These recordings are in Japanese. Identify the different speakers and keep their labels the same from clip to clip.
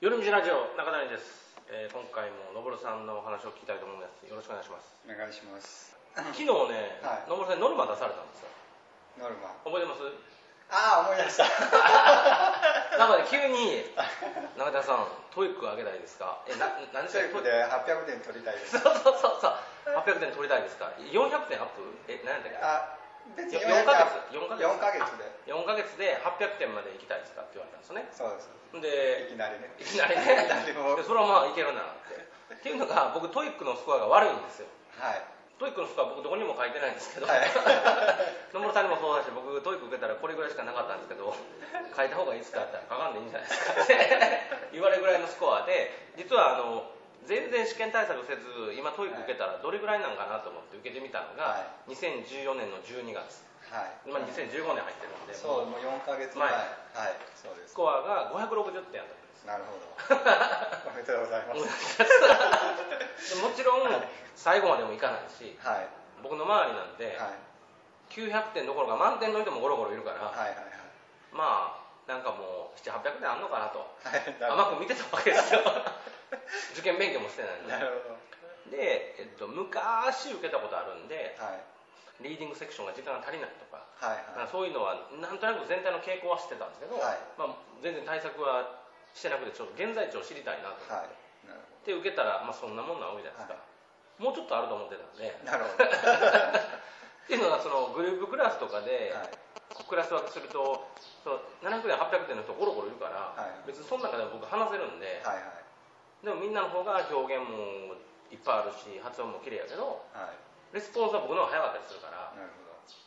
Speaker 1: 夜道ラジオ中谷です、えー今回ものぼるさんのお話を聞きたいと思いますよろしくお願いします
Speaker 2: お願いします
Speaker 1: 昨日ね、
Speaker 2: はい
Speaker 1: のぼるさんにノルマ出されたんですよ
Speaker 2: ノルマ
Speaker 1: 覚えてます
Speaker 2: ああ思い出 した
Speaker 1: なんかね急に「中谷さんトイック上げたいですか?」え「な何でし
Speaker 2: セ
Speaker 1: たっ
Speaker 2: ー
Speaker 1: け
Speaker 2: フで800点取りたいで
Speaker 1: そう
Speaker 2: す
Speaker 1: そうそうそう800点取りたいですか400点アップえ何やったっけ
Speaker 2: あ別に
Speaker 1: よ4
Speaker 2: 4
Speaker 1: ヶ
Speaker 2: ヶ
Speaker 1: 月
Speaker 2: 月
Speaker 1: 4ヶ月
Speaker 2: 4ヶ月で
Speaker 1: 4ヶ月で800点まで行きたいですかって言われたんですよね
Speaker 2: そうです
Speaker 1: で
Speaker 2: いきなりね
Speaker 1: いきなりね
Speaker 2: 誰も
Speaker 1: でそれはまあいけるなってっていうのが僕トイックのスコアが悪いんですよ
Speaker 2: はい
Speaker 1: トイックのスコア僕どこにも書いてないんですけど、
Speaker 2: はい
Speaker 1: 野村さんにもそうだし僕トイック受けたらこれぐらいしかなかったんですけど書いた方がいいですかって言ったら書かんでいいんじゃないですかって 言われるぐらいのスコアで実はあの全然試験対策せず今トイック受けたらどれぐらいなんかなと思って受けてみたのが、
Speaker 2: は
Speaker 1: 2014年の12月
Speaker 2: はい
Speaker 1: 今2015年入ってるんで
Speaker 2: そう
Speaker 1: もう
Speaker 2: もう4ヶ月前
Speaker 1: 前
Speaker 2: はいそうで
Speaker 1: ス
Speaker 2: す
Speaker 1: コアが560点やったんです
Speaker 2: なるほ どおめでとうございま
Speaker 1: もう
Speaker 2: す
Speaker 1: もちろん最後までもいかないし
Speaker 2: はい
Speaker 1: 僕の周りなん
Speaker 2: はい
Speaker 1: で、
Speaker 2: はい
Speaker 1: 900点どころか満点の人もゴロゴロいるから、
Speaker 2: はい
Speaker 1: まあなんかもう700800点あんのかなと
Speaker 2: はいはいなる
Speaker 1: 甘く
Speaker 2: ほ
Speaker 1: 見てたわけ ですよ受験勉強もしてないんで
Speaker 2: どなるほ
Speaker 1: で、えっと、昔受けたことあるんで
Speaker 2: どはい
Speaker 1: リーディングセクションが時間が足りないとか
Speaker 2: はい
Speaker 1: ま
Speaker 2: は
Speaker 1: あそういうのはなんとなく全体の傾向は知ってたんですけど、
Speaker 2: はい
Speaker 1: まあ、全然対策はしてなくてちょっと現在地を知りたいなと
Speaker 2: いはいなる
Speaker 1: で受けたら、まあ、そんなもんなわけじゃないですか、もうちょっとあると思ってたんで
Speaker 2: ほどなるほど
Speaker 1: っていうのがそのグループクラスとかで、
Speaker 2: はい
Speaker 1: クラス分けするとその700点800点の人ゴロゴロいるから、
Speaker 2: はい
Speaker 1: 別にその中でも僕話せるんで、
Speaker 2: はいはい
Speaker 1: でもみんなの方が表現もいっぱいあるし発音も綺麗やけど
Speaker 2: はい
Speaker 1: レスポンスは僕の方が早かったりするから、
Speaker 2: なる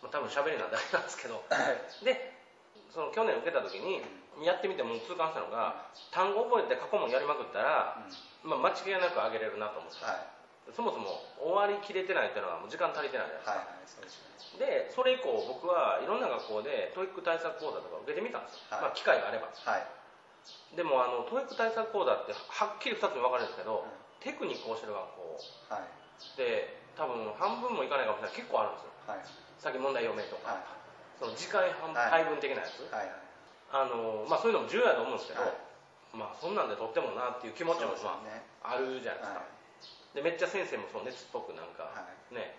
Speaker 1: まあ、多分喋りなんだけなんですけど
Speaker 2: ほどはい
Speaker 1: でその去年受けた時にやってみてもう痛感したのが、単語覚えて過去問やりまくったら、
Speaker 2: うん
Speaker 1: まあ、間違いなく上げれるなと思って、
Speaker 2: はい
Speaker 1: そもそも終わりきれてないっていうのはもう時間足りてないじゃないですか
Speaker 2: はいはいそうですね
Speaker 1: でそれ以降僕はいろんな学校でトイック対策講座とか受けてみたんですよ、
Speaker 2: はい
Speaker 1: まあ、機会があれば
Speaker 2: はい
Speaker 1: でもあのトイック対策講座ってはっきり2つに分かれるんですけど、
Speaker 2: うん
Speaker 1: テクニックをしてる学校
Speaker 2: はい
Speaker 1: で多分半分もいかないかもしれない結構あるんですよ
Speaker 2: はい
Speaker 1: さっき問題読めとか、
Speaker 2: はい
Speaker 1: その時間半
Speaker 2: は
Speaker 1: 配
Speaker 2: い
Speaker 1: 分的なやつ、
Speaker 2: はいはい
Speaker 1: あのまあ、そういうのも重要だと思うんですけど、
Speaker 2: はい
Speaker 1: まあそんなんでとってもなっていう気持ちも
Speaker 2: そう
Speaker 1: ま
Speaker 2: ですね
Speaker 1: ああるじゃないですか、
Speaker 2: は
Speaker 1: でめっちゃ先生もそう熱っぽくなんか、
Speaker 2: は
Speaker 1: ね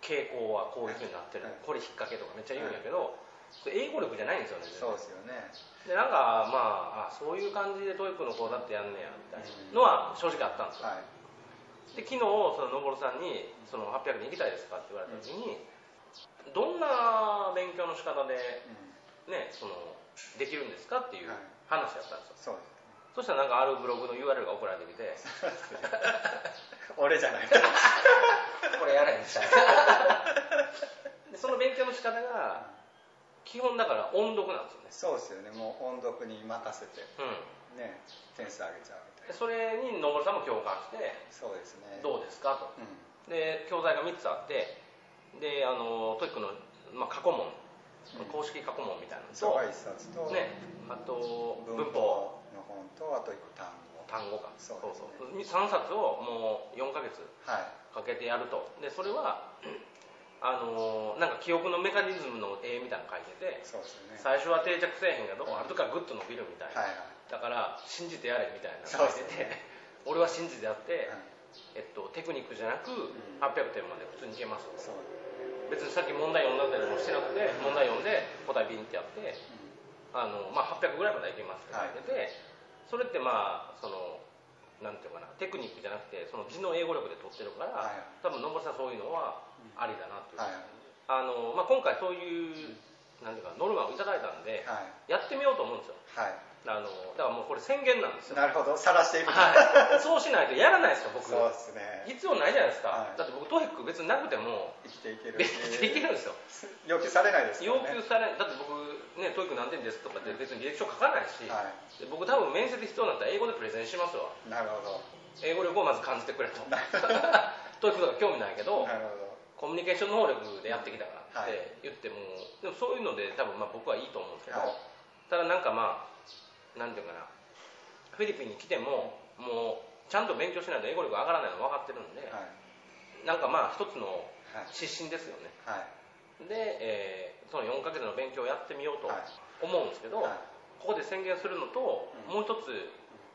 Speaker 1: 傾向はこういうふうになってる、
Speaker 2: はい
Speaker 1: これ引っ掛けとかめっちゃ言うんやけど、それ英語力じゃないんですよね全然
Speaker 2: そうですよね
Speaker 1: でなんかまああそういう感じでトイックの講座ってやんねやみたいなのは正直あったんですよ、
Speaker 2: はい
Speaker 1: で昨日そののぼるさんに「その800人行きたいですか?」って言われた時に、どんな勉強の仕方で
Speaker 2: うん
Speaker 1: ねそのできるんですかっていう
Speaker 2: はい
Speaker 1: 話やったんですよ、
Speaker 2: そう
Speaker 1: そしたらなんかあるブログの URL が送られてきて
Speaker 2: です俺じゃない
Speaker 1: これやれみたいなでその勉強の仕方が基本だから音読なんですよね
Speaker 2: そうですよねもう音読に任せて
Speaker 1: う
Speaker 2: ね点数上げちゃうみ
Speaker 1: ん
Speaker 2: た
Speaker 1: で
Speaker 2: いな
Speaker 1: それにのぼるさんも共感して
Speaker 2: そうですねう
Speaker 1: どうですかと
Speaker 2: ん
Speaker 1: で教材が3つあってであのトイックの、まあ、過去問
Speaker 2: うん
Speaker 1: 公式過去問みたいなの
Speaker 2: そ
Speaker 1: と、
Speaker 2: う一冊と
Speaker 1: ね、あと
Speaker 2: 文
Speaker 1: 文法
Speaker 2: 法の本とあと一個単語
Speaker 1: 単語か
Speaker 2: そうですね
Speaker 1: そう3冊をもう4ヶ月
Speaker 2: はい
Speaker 1: かけてやるとでそれはあのなんか記憶のメカニズムの絵みたいなの書いてて
Speaker 2: そうですよね
Speaker 1: 最初は定着せえへんけどあとからグッと伸びるみたいな、
Speaker 2: はいはい
Speaker 1: だから信じてやれみたいなの
Speaker 2: そう
Speaker 1: 書
Speaker 2: で
Speaker 1: い
Speaker 2: す
Speaker 1: て
Speaker 2: ね
Speaker 1: て、 俺は信じてやって、
Speaker 2: は
Speaker 1: え
Speaker 2: い
Speaker 1: っと、テクニックじゃなく800点まで普通にいけますと
Speaker 2: そう
Speaker 1: 別にさっき問題読んだりもしてなくて問題読んで答えビンってやって
Speaker 2: う
Speaker 1: あの、まあ、800ぐらいまでいけますって書いてて、それってまあそのなんていうかなテクニックじゃなくてその字の英語力で取ってるから、
Speaker 2: はい
Speaker 1: 多分登さんそういうのはありだなってい
Speaker 2: ん
Speaker 1: う、
Speaker 2: はいはい
Speaker 1: あのまあ、今回そういうなんていうかノルマをいただいたんで、
Speaker 2: はい
Speaker 1: やってみようと思うんですよ
Speaker 2: はい
Speaker 1: あのだからもうこれ宣言なんですよ、
Speaker 2: なるほど晒していく
Speaker 1: はい、そうしないとやらないですよ僕
Speaker 2: そうですね
Speaker 1: 必要ないじゃないですか、
Speaker 2: はい
Speaker 1: だって僕トイック別になくても
Speaker 2: 生きていける
Speaker 1: 別にできるんですよ
Speaker 2: 要求されないですか
Speaker 1: 要
Speaker 2: らね
Speaker 1: 求されないだって僕ねトイック何点ですとかって別に履歴書書かないし、
Speaker 2: は
Speaker 1: で僕多分面接必要になったら英語でプレゼンしますわ
Speaker 2: いなるほ
Speaker 1: 英語力をまず感じてくれとトイッ クとか興味ないけ
Speaker 2: ど
Speaker 1: ど
Speaker 2: なるほど
Speaker 1: コミュニケーション能力でやってきたからっ
Speaker 2: はい
Speaker 1: て言っても、でもそういうので多分まあ僕はいいと思うんですけど、
Speaker 2: はい
Speaker 1: ただなんかまあなんていうかなフィリピンに来てももうちゃんと勉強しないと英語力上がらないの分かってるんで、
Speaker 2: はい
Speaker 1: なんかまあ一つの
Speaker 2: はい
Speaker 1: 指針ですよね
Speaker 2: はい
Speaker 1: で、えーその4ヶ月の勉強をやってみようと
Speaker 2: はい
Speaker 1: 思うんですけど、
Speaker 2: はい
Speaker 1: ここで宣言するのと、
Speaker 2: うん
Speaker 1: もう一つ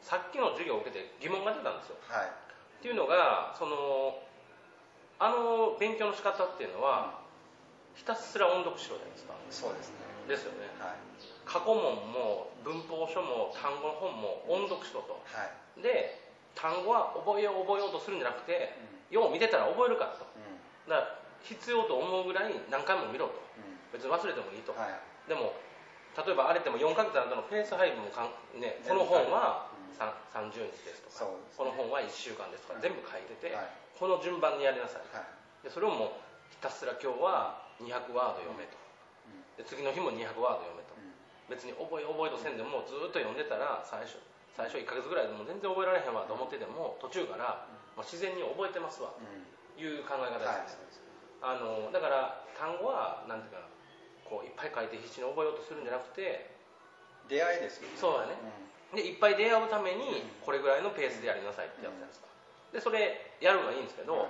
Speaker 1: さっきの授業を受けて疑問が出たんですよ
Speaker 2: はい
Speaker 1: っていうのがそのあの勉強の仕方っていうのはひたすら音読しろじゃないですか
Speaker 2: そうですね
Speaker 1: ですよね
Speaker 2: はい
Speaker 1: 過去問も文法書も単語の本も音読しろと
Speaker 2: はい
Speaker 1: で単語は覚えよう覚えようとするんじゃなくてよう見てたら覚えるからと
Speaker 2: うん
Speaker 1: だから必要と思うぐらい何回も見ろと
Speaker 2: う
Speaker 1: 別に忘れてもいいと
Speaker 2: んはい
Speaker 1: でも例えばあれっても4ヶ月あなたのペース配分もかん、ね、この本は
Speaker 2: うん
Speaker 1: さん30日ですとか
Speaker 2: そうです
Speaker 1: こ
Speaker 2: ね
Speaker 1: の本は1週間ですとか全部書いてて、
Speaker 2: はい
Speaker 1: この順番にやりなさい
Speaker 2: は
Speaker 1: で
Speaker 2: い
Speaker 1: それをもうひたすら今日は200ワード読めとで次の日も200ワード読めと
Speaker 2: うんうん
Speaker 1: 別に覚え覚えとせんでもずっと読んでたら最初最初1ヶ月ぐらいでもう全然覚えられへんわと思ってても途中からもう自然に覚えてますわ
Speaker 2: う
Speaker 1: という考え方ですね、
Speaker 2: んはいそうです
Speaker 1: あのだから単語はなんていうかなこういっぱい書いて必死に覚えようとするんじゃなくて
Speaker 2: 出会いですよね
Speaker 1: そうだねでいっぱい出会うためにこれぐらいのペースでやりなさいってやつじゃないですかでそれやるのはいいんですけど、
Speaker 2: うん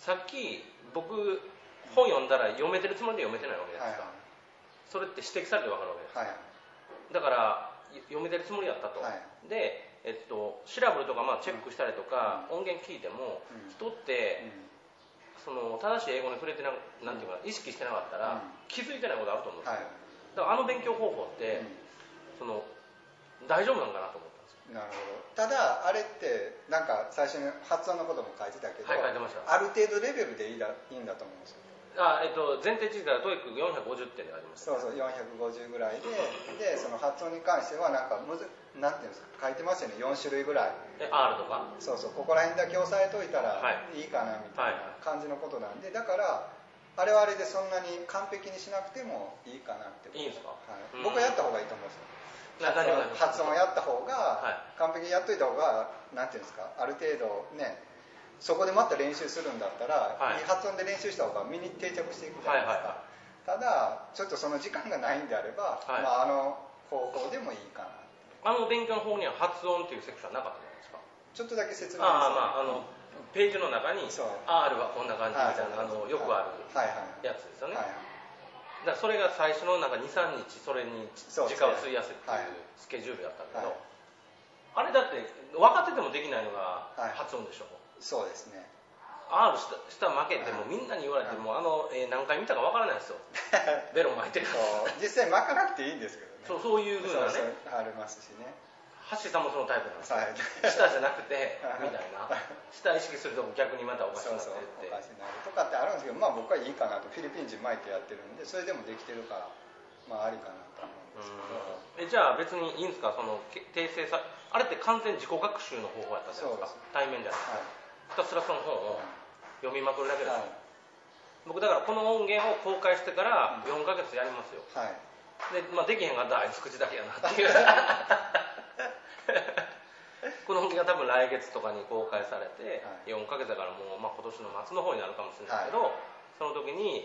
Speaker 1: さっき僕本読んだら読めてるつもりで読めてないわけじ
Speaker 2: うん
Speaker 1: ゃな
Speaker 2: はい
Speaker 1: で
Speaker 2: い
Speaker 1: すか、それって指摘されて分かるわけです
Speaker 2: はい
Speaker 1: だからい読めてるつもりやったと、
Speaker 2: は
Speaker 1: で、えっと、シラブルとかまあチェックしたりとか、音源聞いても、
Speaker 2: うん
Speaker 1: 人ってその正しい英語に触れてななんていうかな意識してなかったら、
Speaker 2: うん
Speaker 1: 気づいてないことあると思うんですよだからあ
Speaker 2: は
Speaker 1: の勉強方法っ
Speaker 2: い
Speaker 1: て、
Speaker 2: うん
Speaker 1: その大丈夫なのかなと思ったんですよ
Speaker 2: なるほどただあれってなんか最初に発音のことも書いてたけど、
Speaker 1: はい書いてました
Speaker 2: ある程度レベルでいいだいいんだと思うんですよ
Speaker 1: あ、えっと、前提知識からトイック450点でありました
Speaker 2: そうそう450ぐらいででその発音に関してはなんかむずなんていうんですか書いてますよね4種類ぐらい
Speaker 1: え R とか
Speaker 2: そうそうここら辺だけ押さえといたら
Speaker 1: はい
Speaker 2: いかなみたい
Speaker 1: は
Speaker 2: な感じのことなんでだからあれはあれでそんなに完璧にしなくてもいいかなってこと
Speaker 1: いいんですか
Speaker 2: はい
Speaker 1: うん
Speaker 2: 僕はやった方がいいと思うんです
Speaker 1: な
Speaker 2: よ
Speaker 1: 何を
Speaker 2: 発音やった方が
Speaker 1: は
Speaker 2: 完璧にやっといた方がなんていうんですかある程度ねそこでまた練習するんだったら、
Speaker 1: はい
Speaker 2: い、い発音で練習した方が身に定着していくじゃ
Speaker 1: はい
Speaker 2: ないです
Speaker 1: は
Speaker 2: か、
Speaker 1: い
Speaker 2: ただちょっとその時間がないんであれば、
Speaker 1: はい
Speaker 2: まあ、あの方法でもいいか
Speaker 1: あ
Speaker 2: な
Speaker 1: の勉強の方には発音っていうセクションはなかったじゃないですか
Speaker 2: ちょっとだけ説明
Speaker 1: ああまああのページの中に
Speaker 2: そう
Speaker 1: R はこんな感じみたいなあ
Speaker 2: はい
Speaker 1: のよくある
Speaker 2: はいはい
Speaker 1: やつですよね
Speaker 2: はい
Speaker 1: だからそれが最初のなんか23日それに時
Speaker 2: そうですね
Speaker 1: 間を費やせって
Speaker 2: はい
Speaker 1: いうスケジュールだったけ
Speaker 2: はい
Speaker 1: どあれだって分かっててもできないのが
Speaker 2: はい
Speaker 1: 発音でしょ
Speaker 2: そうですね
Speaker 1: R したしたら負けても
Speaker 2: は
Speaker 1: うみ
Speaker 2: い
Speaker 1: んなに言われてもうあのえー何回見たか分からないですよベロ巻いてる
Speaker 2: そう実際巻かなくていいんですけどね
Speaker 1: そうそういうふうな
Speaker 2: そう
Speaker 1: ね
Speaker 2: そうありますしね
Speaker 1: 橋さんもそのタイプ なんですよ
Speaker 2: はい
Speaker 1: 舌じゃなくて
Speaker 2: はい
Speaker 1: みたいな舌意識すると逆にまたおかし
Speaker 2: そ
Speaker 1: く
Speaker 2: う
Speaker 1: なって
Speaker 2: そう
Speaker 1: る
Speaker 2: お
Speaker 1: って
Speaker 2: かしなるとかってあるんですけどまあ僕はいいかなとフィリピン人巻いてやってるんでそれでもできてるからまあありかなと思
Speaker 1: うん
Speaker 2: うんです
Speaker 1: えじゃあ別にいいんですかそのけ訂正さあれって完全自己学習の方法やったじゃないです
Speaker 2: そう
Speaker 1: か対面じゃないひたすらその本を読みまくるだけ
Speaker 2: け
Speaker 1: で
Speaker 2: ど
Speaker 1: す、
Speaker 2: はい
Speaker 1: 僕だからこの音源を公開してから4ヶ月やりますよ
Speaker 2: はい、は
Speaker 1: で,、
Speaker 2: い
Speaker 1: まあ、できへんかったらあいつ口だけやなって いうこの本気が多分来月とかに公開されて、
Speaker 2: はい
Speaker 1: 4ヶ月だからもう、まあ、今年の末の方になるかもしれないけど、その時に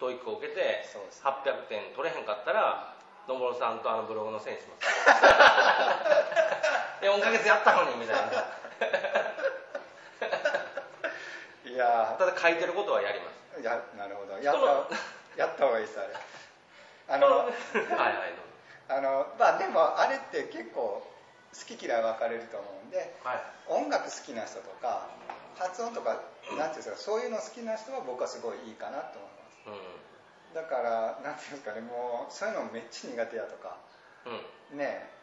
Speaker 1: 教育を受けて
Speaker 2: そうですね
Speaker 1: 800点取れへんかったらのぼろさんとあのブログのせい にします4ヶ月やったのにみたいない
Speaker 2: や
Speaker 1: ただ書いてることはやります
Speaker 2: ーやなるほどやったやった方がいいですあれあの
Speaker 1: はいはい
Speaker 2: あのまあでもあれって結構好き嫌い分かれると思うんで
Speaker 1: はい
Speaker 2: 音楽好きな人とか発音とかなんていうんですかそういうの好きな人は僕はすごいいいかなと思います
Speaker 1: う
Speaker 2: だからなんていうんですかねもうそういうのめっちゃ苦手やとか
Speaker 1: んうん
Speaker 2: ねえ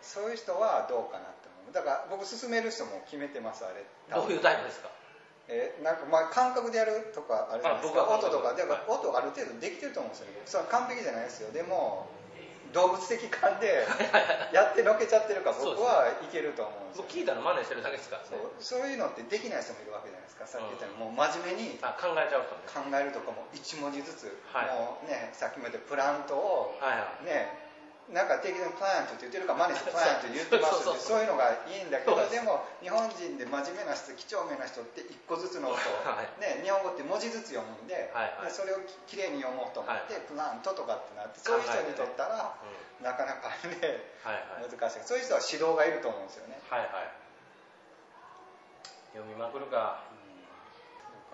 Speaker 2: そういう人はどうかなって思うだから僕勧める人も決めてますあれ
Speaker 1: どういうタイプですか
Speaker 2: えーなんかまあ感覚でやるとかあれじゃないですか
Speaker 1: あ僕は
Speaker 2: 音とか
Speaker 1: 感覚で
Speaker 2: だから音ある程度できてると思うんですよねそれは完璧じゃないですよでも動物的感でやってのけちゃってるから
Speaker 1: そうです
Speaker 2: 僕
Speaker 1: ね
Speaker 2: はいけると思うんです
Speaker 1: も
Speaker 2: よ
Speaker 1: う聞いたら真似してるだけですからね
Speaker 2: そうそういうのってできない人もいるわけじゃないですかさっき言ったようにもう真面目に
Speaker 1: あ考えちゃう人ね
Speaker 2: 考えるとかも1文字ずつ、
Speaker 1: はい
Speaker 2: もうねさっきも言ったプラントを
Speaker 1: はいは
Speaker 2: ねなんか定期的にプラントって言ってるから真似してプラントって言ってま
Speaker 1: そ
Speaker 2: す
Speaker 1: うそうそう
Speaker 2: よねそういうのがいいんだけど
Speaker 1: そうです
Speaker 2: でも日本人で真面目な人几帳面な人って1個ずつの音、
Speaker 1: はい
Speaker 2: ね、日本語って文字ずつ読むんで,、
Speaker 1: はいはい
Speaker 2: でそれをききれいに読もうと思って、プラントとかってなってそういう人にとったら、
Speaker 1: い、うん
Speaker 2: なかなかね
Speaker 1: はいはい
Speaker 2: 難しいそういう人は指導がいると思うんですよね、
Speaker 1: はいはい読みまくるか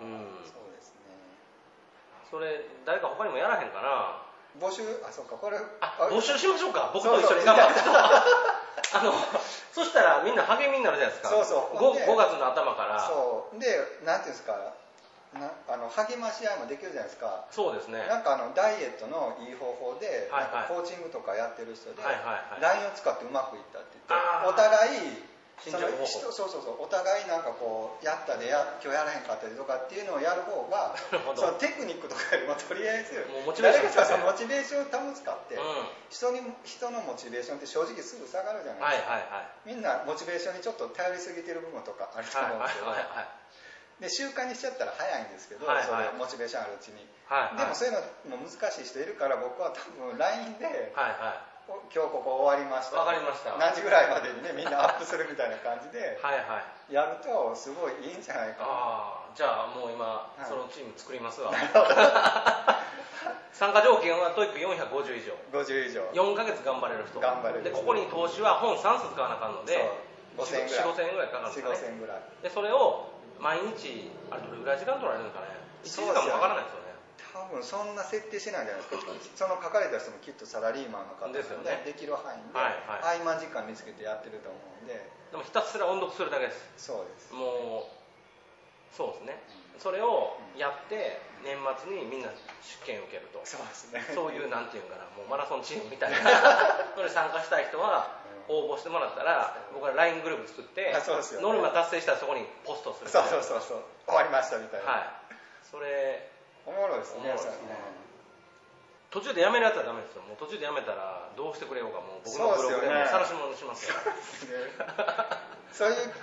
Speaker 1: うん
Speaker 2: そうですね
Speaker 1: それ誰か他にもやらへんかな
Speaker 2: 募集あそうかこれ
Speaker 1: あ募集しましょうか僕と一緒に
Speaker 2: そうそう
Speaker 1: 頑張って あのそしたらみんな励みになるじゃないですか
Speaker 2: そうそうほん
Speaker 1: 5,
Speaker 2: で
Speaker 1: 月の頭からそう
Speaker 2: そうでなんていうんですかなあの励まし合いもできるじゃないですか
Speaker 1: ですね
Speaker 2: なんかあのダイエットのいい方法で、
Speaker 1: はい
Speaker 2: な
Speaker 1: はい
Speaker 2: んかコーチングとかやってる人で、
Speaker 1: はいはいはい
Speaker 2: LINE を使ってうまくいったって言って
Speaker 1: あー
Speaker 2: お互い
Speaker 1: 進
Speaker 2: そ
Speaker 1: 捗
Speaker 2: の
Speaker 1: 報告
Speaker 2: 人そうそうそうお互いなんかこうやったでや今日やらへんかったでとかっていうのをやる方が
Speaker 1: なるほど
Speaker 2: そのテクニックとかよりもとりあえず
Speaker 1: もうモチベーション
Speaker 2: 誰かがそのモチベーションを保つかって、
Speaker 1: うん
Speaker 2: 人に人のモチベーションって正直すぐ下がるじゃないですか、
Speaker 1: はいはいはい
Speaker 2: みんなモチベーションにちょっと頼りすぎてる部分とかあると
Speaker 1: はい
Speaker 2: 思
Speaker 1: はい
Speaker 2: うんですけど、
Speaker 1: はい
Speaker 2: で習慣にしちゃったら早いんですけど、
Speaker 1: はいはい
Speaker 2: それモチベーションあるうちに、
Speaker 1: はいはい
Speaker 2: でもそういうのも難しい人いるから僕は多分 LINE で、
Speaker 1: はいはい
Speaker 2: お今日ここ終わりました
Speaker 1: わかりました
Speaker 2: 何時ぐらいまでにねみんなアップするみたいな感じで
Speaker 1: はいはい
Speaker 2: やるとすごいいいんじゃないか
Speaker 1: ああじゃあもう今、
Speaker 2: い
Speaker 1: そのチーム作りますわ参加条件はトイック450以上
Speaker 2: な50以上
Speaker 1: 4ヶ月頑張れる人
Speaker 2: 頑張れる
Speaker 1: でここに投資は本3冊買わなあかんので
Speaker 2: そう
Speaker 1: 4
Speaker 2: 5000
Speaker 1: 5
Speaker 2: 円ぐらい
Speaker 1: 0 0 0円ぐらいかかるんですかねで
Speaker 2: 4000ぐらい
Speaker 1: それを毎日あれどれぐらい時間取られるんですかね1時
Speaker 2: そうです
Speaker 1: 間
Speaker 2: よね
Speaker 1: もわからないですよね
Speaker 2: 多分そんな設定しないじゃないですかその書かれた人もきっとサラリーマンの方なん
Speaker 1: ですよね
Speaker 2: できる範囲で、
Speaker 1: はいは
Speaker 2: 合間時間見つけてやってると思うんで
Speaker 1: でもひたすら音読するだけです
Speaker 2: そうです
Speaker 1: もうそうですねそれをやって年末にみんな出券受けると
Speaker 2: そうですね
Speaker 1: そういうなんていうんかなもうマラソンチームみたい なそれ参加したい人は応募してもらったら僕ら LINE グループ作って
Speaker 2: あそうですよね
Speaker 1: ノルマ達成したらそこにポストする
Speaker 2: そうそうそうそう終わりましたみたいな、
Speaker 1: はいそれ
Speaker 2: おもろいですね
Speaker 1: おもろいですね
Speaker 2: それ
Speaker 1: 途中でやめるやつはダメですよもう途中でやめたらどうしてくれようかもう僕のブログでも晒し物にしますよ
Speaker 2: そういう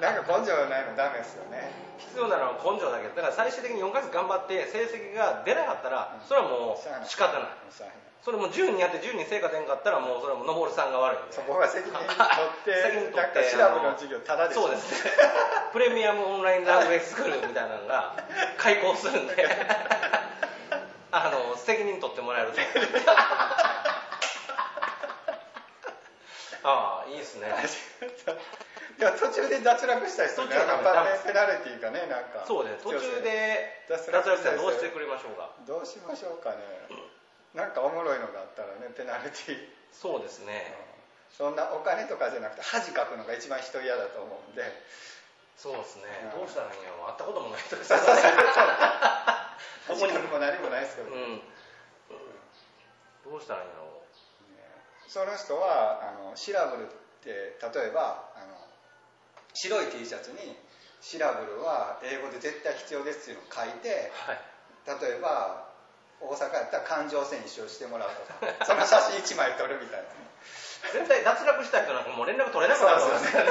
Speaker 2: なんか根性ないのダメですよね
Speaker 1: 必要なのは根性だけどだから最終的に4ヶ月頑張って成績が出なかったらそれはもう仕方ない
Speaker 2: しゃあない
Speaker 1: それもう10人やって10人成果出んかったらもうそれはもう登さんが悪いんで
Speaker 2: そこが責任取って
Speaker 1: 責任取って
Speaker 2: なんか調べの授業ただでしょ
Speaker 1: そうですね プレミアムオンラインランウェイスクールみたいなのが開校するんで あの責任取ってもら えるとああいいですね
Speaker 2: でも途中で脱落した人
Speaker 1: 途
Speaker 2: ね
Speaker 1: 中
Speaker 2: な
Speaker 1: で
Speaker 2: んかペナルティーがねなんか
Speaker 1: そうですね途中で
Speaker 2: 脱
Speaker 1: 脱
Speaker 2: 落
Speaker 1: 落したらどうしてくれましょうか
Speaker 2: どうしましょうかねなんかおもろいのがあったらねペナルティー
Speaker 1: そうですね
Speaker 2: そんなお金とかじゃなくて恥かくのが一番人嫌だと思うんで
Speaker 1: そうですね
Speaker 2: うん
Speaker 1: どうしたらいいんやろう会ったこともない人です
Speaker 2: そうそ
Speaker 1: ここに
Speaker 2: うそう恥かくも何もないですけど、ね
Speaker 1: うんどうしたらいいんやろう
Speaker 2: その人はあのシラブルって例えばあの白い T シャツに「シラブルは英語で絶対必要です」っていうのを書いて
Speaker 1: はい
Speaker 2: 例えば大阪やったら環状線一周してもらう とかその写真1枚撮るみたいな、
Speaker 1: 絶対脱落した人なんかもう連絡取れなくなると思うんですよね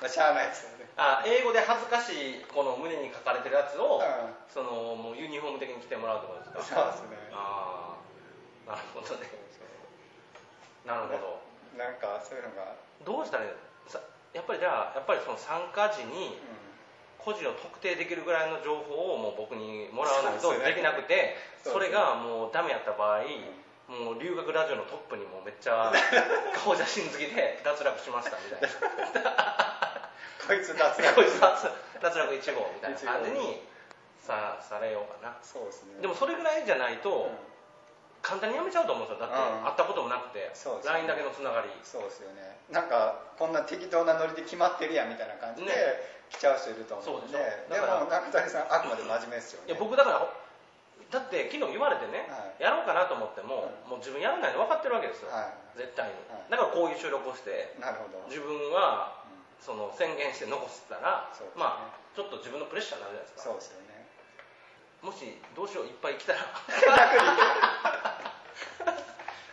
Speaker 2: まあ、しゃあないですよね
Speaker 1: あ英語で恥ずかしいこの胸に書かれてるやつを、
Speaker 2: うん
Speaker 1: そのもうユニフォーム的に着てもらうってこと
Speaker 2: そう
Speaker 1: で
Speaker 2: ですす
Speaker 1: か
Speaker 2: ね
Speaker 1: ああなるほどねなるほ
Speaker 2: なんかそういうのが、
Speaker 1: どどうしたらいいのさやっぱりじゃあやっぱりその参加時に
Speaker 2: う
Speaker 1: 個人を特定できるぐらいの情報をもう僕にもらわないと
Speaker 2: そうですね
Speaker 1: できなくてそ,、
Speaker 2: そうですね
Speaker 1: れがもうダメやった場合、もう留学ラジオのトップにもうめっち ゃ顔写真付きで脱落しましたみたいな
Speaker 2: ん、こいつ脱
Speaker 1: こい
Speaker 2: 落
Speaker 1: つ脱脱落1号みたいな感じにさされようかな
Speaker 2: そうですね
Speaker 1: でもそれぐらいじゃないと
Speaker 2: うん
Speaker 1: 簡単にやめちゃうと思うんですよだって
Speaker 2: うん
Speaker 1: 会ったこともなくて
Speaker 2: そうですね
Speaker 1: LINE だけのつながり
Speaker 2: そうですよねなんかこんな適当なノリで決まってるやんみたいな感じで
Speaker 1: ね
Speaker 2: 来ちゃう人いると思うんで,、
Speaker 1: そうでしょ
Speaker 2: で
Speaker 1: だから
Speaker 2: も中谷さんあくまで真面目ですよ
Speaker 1: いや
Speaker 2: ね
Speaker 1: 僕だからだって昨日言われてね
Speaker 2: は
Speaker 1: やろうかなと思ってももう自分やらないの分かってるわけですよ
Speaker 2: は
Speaker 1: 絶対に
Speaker 2: はい
Speaker 1: だからこういう収録をして
Speaker 2: いなるほど
Speaker 1: 自分は
Speaker 2: うん
Speaker 1: その宣言して残したら
Speaker 2: そうですね
Speaker 1: まあちょっと自分のプレッシャーになるじゃないです
Speaker 2: そ
Speaker 1: か
Speaker 2: うですよね
Speaker 1: もしどうしよういっぱい来たら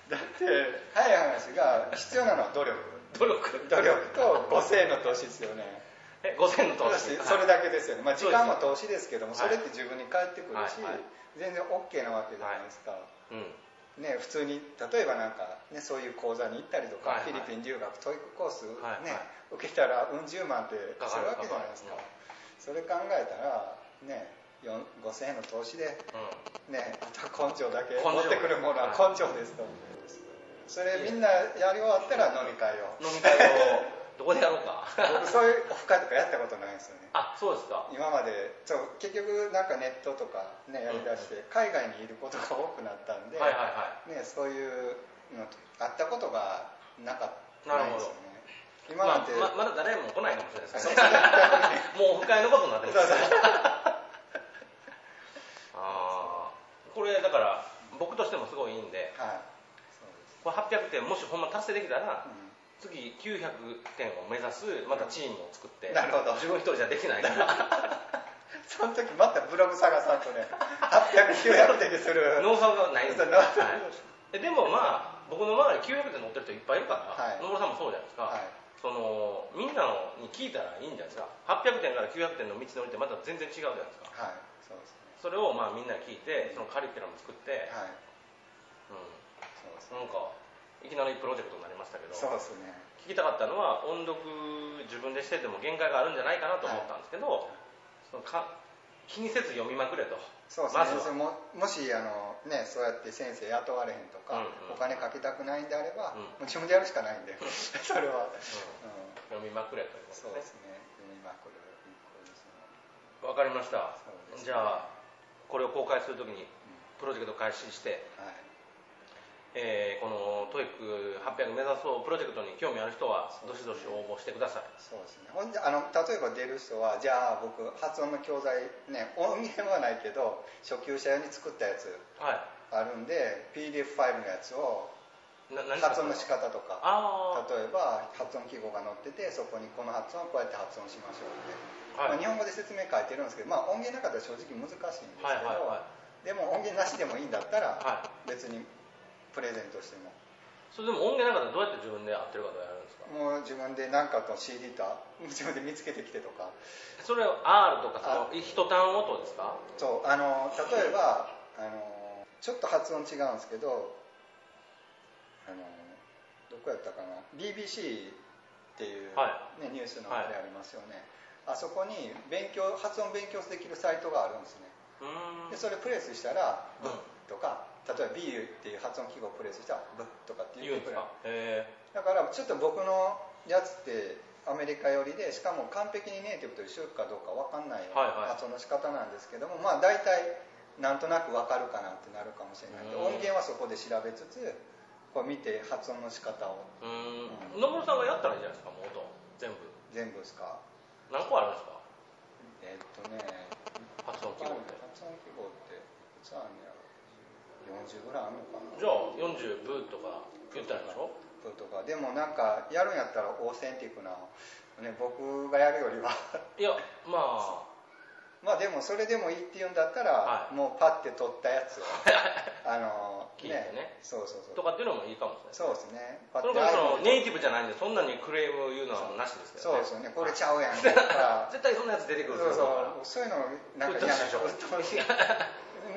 Speaker 2: だって早い話が必要なのは努力
Speaker 1: 努力
Speaker 2: 努力と個性の投資ですよね
Speaker 1: え5000の投
Speaker 2: 投
Speaker 1: 資
Speaker 2: 資それだけですよね、まあ、
Speaker 1: そ
Speaker 2: 時
Speaker 1: うです
Speaker 2: 間も投資ですけども
Speaker 1: は
Speaker 2: そ
Speaker 1: い
Speaker 2: れって自分に返ってくるし、
Speaker 1: はいはい
Speaker 2: 全然 OK なわけじゃないですか、
Speaker 1: うん
Speaker 2: ね、普通に例えばなんか、ね、そういう講座に行ったりとか、
Speaker 1: はいはい
Speaker 2: フィリピン留学トイックコース、ね
Speaker 1: はいはい
Speaker 2: 受けたらうん十万って
Speaker 1: か
Speaker 2: す
Speaker 1: かる
Speaker 2: るわけじゃないですか
Speaker 1: かか
Speaker 2: それ考えたら、ね、よん5000円の投資で、
Speaker 1: うん
Speaker 2: ね、あとは根性だけ
Speaker 1: 根性
Speaker 2: 持ってくるものは根性ですと、それみんなやり終わったら飲み会を
Speaker 1: 飲み会をどこでやろうか
Speaker 2: 僕そういうオフ会とかやったことないんですよね
Speaker 1: あそうですか
Speaker 2: 今までそう結局なんかネットとか、ね、やりだして海外にいることが多くなったんで、
Speaker 1: はいはいはい
Speaker 2: ね、そういうのと会ったことがなかっないですよね今なんて、
Speaker 1: まあままだ誰も来ないかもしれないです
Speaker 2: そう
Speaker 1: ね
Speaker 2: そう
Speaker 1: もう不快のことになってま
Speaker 2: そう
Speaker 1: す
Speaker 2: そう
Speaker 1: あーこれだから僕としてもすごいいいんで
Speaker 2: はいそうです
Speaker 1: これ800点もしほんま達成できたら
Speaker 2: うん
Speaker 1: 次900点を目指すまたチームを作って
Speaker 2: なるほど
Speaker 1: 自分一人じゃできないから
Speaker 2: その時またブログ探さんとね800900点にする
Speaker 1: ノウハウが ないんですよ、
Speaker 2: そう
Speaker 1: は
Speaker 2: ない
Speaker 1: え、でもまあ僕の周り900点乗ってる人いっぱいいるから
Speaker 2: はい
Speaker 1: 野村、さんもそうじゃないですか、
Speaker 2: はい
Speaker 1: そのみんなのに聞いたらいいんじゃないですか800点から900点の道のりってまた全然違うじゃないですか
Speaker 2: はいそうですね
Speaker 1: それをまあみんなに聞いてそのカリキュラム作って、
Speaker 2: はい
Speaker 1: うん、
Speaker 2: そうです
Speaker 1: なんかいきなりプロジェクトになりましたけど
Speaker 2: そうですね
Speaker 1: 聞きたかったのは音読自分でしてても限界があるんじゃないかなと思ったんですけど、そのか気にせず読みまくれと
Speaker 2: そうですね
Speaker 1: まずは
Speaker 2: それももしあの、ね、そうやって先生雇われへんとか、
Speaker 1: うんうん
Speaker 2: お金かけたくないんであれば、
Speaker 1: うん
Speaker 2: もう自分でやるしかないんでそれは、うん
Speaker 1: 読みまくれという
Speaker 2: そ
Speaker 1: こと
Speaker 2: う
Speaker 1: で
Speaker 2: です
Speaker 1: ね
Speaker 2: すね読みまくる一個ですね
Speaker 1: わかりました
Speaker 2: そうです
Speaker 1: じゃあこれを公開するときにプロジェクト開始して、
Speaker 2: はい
Speaker 1: えーこの TOEIC800 目指そうプロジェクトに興味ある人はどしどし応募してください
Speaker 2: そうですねほんであの例えば出る人はじゃあ僕発音の教材ね音源はないけど初級者用に作ったやつ
Speaker 1: はい
Speaker 2: あるんで PDF ファイルのやつを
Speaker 1: な何
Speaker 2: 発音の仕
Speaker 1: か
Speaker 2: 方とか
Speaker 1: ああ
Speaker 2: 例えば発音記号が載っててそこにこの発音をこうやって発音しましょうって、
Speaker 1: はい
Speaker 2: まあ、日本語で説明書いてるんですけど、まあ、音源なかったら正直難しいんですけど、
Speaker 1: はいはいは
Speaker 2: でも音源なしでもいいんだったら
Speaker 1: は
Speaker 2: 別にプレゼントしても
Speaker 1: それでも音源なかったらどうやって自分で合ってるかとやるんですか
Speaker 2: もう自分で何かと CD と自分で見つけてきてとか
Speaker 1: それを R とかその一単音ですか
Speaker 2: そうあの例えばあのちょっと発音違うんですけどあのどこやったかな BBC っていう、ね
Speaker 1: は
Speaker 2: ニュースのあれありますよね、あそこに勉強発音勉強できるサイトがあるんですね
Speaker 1: うーん
Speaker 2: でそれプレスしたら
Speaker 1: う
Speaker 2: 「ブ
Speaker 1: ん」
Speaker 2: とか例えば「ビーっていう発音記号をプレスしたら「ブ」とかって
Speaker 1: 言う
Speaker 2: 言っ
Speaker 1: ん
Speaker 2: て
Speaker 1: で
Speaker 2: く
Speaker 1: す
Speaker 2: れる
Speaker 1: かへ
Speaker 2: だからちょっと僕のやつってアメリカ寄りでしかも完璧にネイティブと一緒かどうか分かんないよう
Speaker 1: はいはい
Speaker 2: な発音の仕方なんですけども、まあ大体なんとなく分かるかなってなるかもしれないんで、
Speaker 1: うん
Speaker 2: 音源はそこで調べつつこう見て発音の仕方を
Speaker 1: えうーん野村さんがやったらいいじゃないですかもう音全部
Speaker 2: 全部ですか
Speaker 1: 何個あるんですか
Speaker 2: えーっとね
Speaker 1: 発音記号って
Speaker 2: 発音記号っていくつあるんやろ40ぐらいあるのかな
Speaker 1: じゃあ40ブとか言ったらいいんでしょ
Speaker 2: そうとかでもなんかやるんやったらオーセンティックな、ね、僕がやるよりは
Speaker 1: いやまあ
Speaker 2: まあでもそれでもいいって言うんだったら、
Speaker 1: は
Speaker 2: もうパッて取った やつをあの
Speaker 1: 聞いてね
Speaker 2: そうそうそう
Speaker 1: とかっていうのもいいかもしれない
Speaker 2: そうですねパッ
Speaker 1: そ
Speaker 2: て
Speaker 1: れからその
Speaker 2: iPhone
Speaker 1: ネイティブじゃないんでそんなにクレーム言うのはなしですけ
Speaker 2: そう
Speaker 1: どね
Speaker 2: ですよねこれちゃ うやんとか
Speaker 1: 絶対そんなやつ出てく
Speaker 2: そ
Speaker 1: る
Speaker 2: うん
Speaker 1: です
Speaker 2: そう
Speaker 1: よ
Speaker 2: そういうのなん
Speaker 1: う
Speaker 2: か
Speaker 1: っとう
Speaker 2: 嫌
Speaker 1: しい
Speaker 2: な
Speaker 1: でしょ
Speaker 2: うっとうしい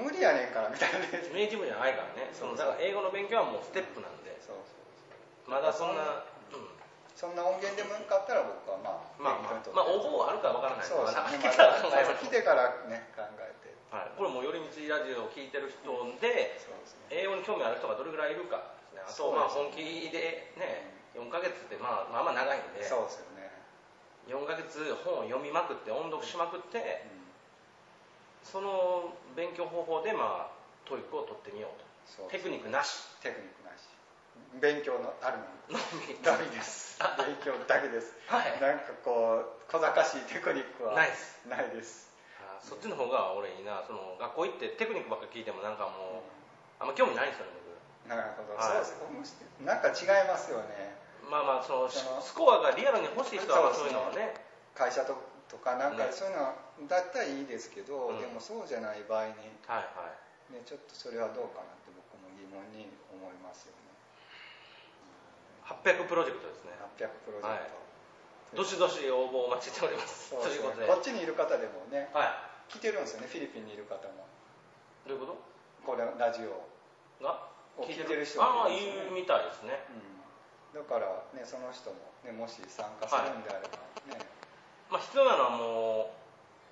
Speaker 2: 無理やねんからみたいなね
Speaker 1: ネイティブじゃないからねそのだから英語の勉強はもうステップなんで
Speaker 2: そう
Speaker 1: まだそんな、うん
Speaker 2: そうそんな音源でもよかったら僕はまあ
Speaker 1: まあまあ、まあ、応募はあるかわからない
Speaker 2: そうです
Speaker 1: まだ
Speaker 2: ね
Speaker 1: 来てから考えましょう
Speaker 2: 来てか
Speaker 1: はい、
Speaker 2: らね考えて
Speaker 1: これもう寄り道ラジオを聞いてる人で
Speaker 2: そうですね
Speaker 1: 英語に興味ある人がどれぐらいいるかですねあとまあ
Speaker 2: そうですね
Speaker 1: 本気でね4ヶ月ってまあまあまあ長いんで
Speaker 2: そうですよね、
Speaker 1: 4ヶ月本を読みまくって音読しまくって
Speaker 2: うん
Speaker 1: その勉強方法でまあトイックを取ってみよう
Speaker 2: そう
Speaker 1: とテクニックな し
Speaker 2: テクニックなし勉強のあるの
Speaker 1: の
Speaker 2: に
Speaker 1: み
Speaker 2: ダメです勉強だけです
Speaker 1: はい
Speaker 2: なんかこう小賢しいテクニックは
Speaker 1: ないです
Speaker 2: ないです
Speaker 1: あーそっちの方が俺いいなその学校行ってテクニックばっか聞いてもなんかもうあんま興味ないんですよね
Speaker 2: なるほど、
Speaker 1: はい
Speaker 2: そうですなんか違いますよね
Speaker 1: 僕まあまあその
Speaker 2: その
Speaker 1: スコアがリアルに欲しい人はまあ
Speaker 2: そ
Speaker 1: そう
Speaker 2: う
Speaker 1: い
Speaker 2: です
Speaker 1: うの
Speaker 2: ね
Speaker 1: はね
Speaker 2: 会社ととかなん
Speaker 1: ね
Speaker 2: かそういうのだったらいいですけど、
Speaker 1: うん
Speaker 2: でもそうじゃない場合に、
Speaker 1: はいはい
Speaker 2: ね、ちょっとそれはどうかなって僕も疑問に思いますよね
Speaker 1: 800プロジェクトですね
Speaker 2: 800プロジェクト、
Speaker 1: はいどしどし応募お待ちしております
Speaker 2: そう
Speaker 1: と
Speaker 2: で
Speaker 1: い
Speaker 2: す
Speaker 1: うこと
Speaker 2: ね
Speaker 1: で
Speaker 2: こ
Speaker 1: は
Speaker 2: っちにいる方でもね
Speaker 1: い
Speaker 2: 来てるんですよねフィリピンにいる方も
Speaker 1: どういうこ
Speaker 2: これラジオを
Speaker 1: とが
Speaker 2: 聞いてる人
Speaker 1: ああ
Speaker 2: も
Speaker 1: ー
Speaker 2: いま
Speaker 1: い
Speaker 2: すね
Speaker 1: るみたいですね
Speaker 2: だからねその人も、ね、もし参加するんであれば、ね
Speaker 1: まあ必要なのはも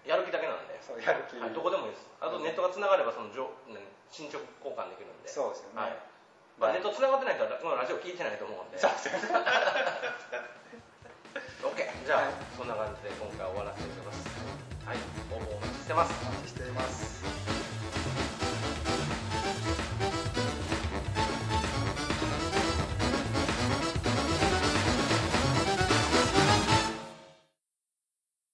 Speaker 1: うやる気だけなんで
Speaker 2: そうやる気、
Speaker 1: はい、どこでもいいですあとネットがつながればその情ね進捗交換できるんで
Speaker 2: そうですよね
Speaker 1: はいまあ、ネットつながってない人はこのラジオ聞いてないと思うんで
Speaker 2: そう
Speaker 1: OK じゃあ、
Speaker 2: はい
Speaker 1: そんな感じで今回は終わらせていただきますはい応募お待ちしてます
Speaker 2: お待ちしています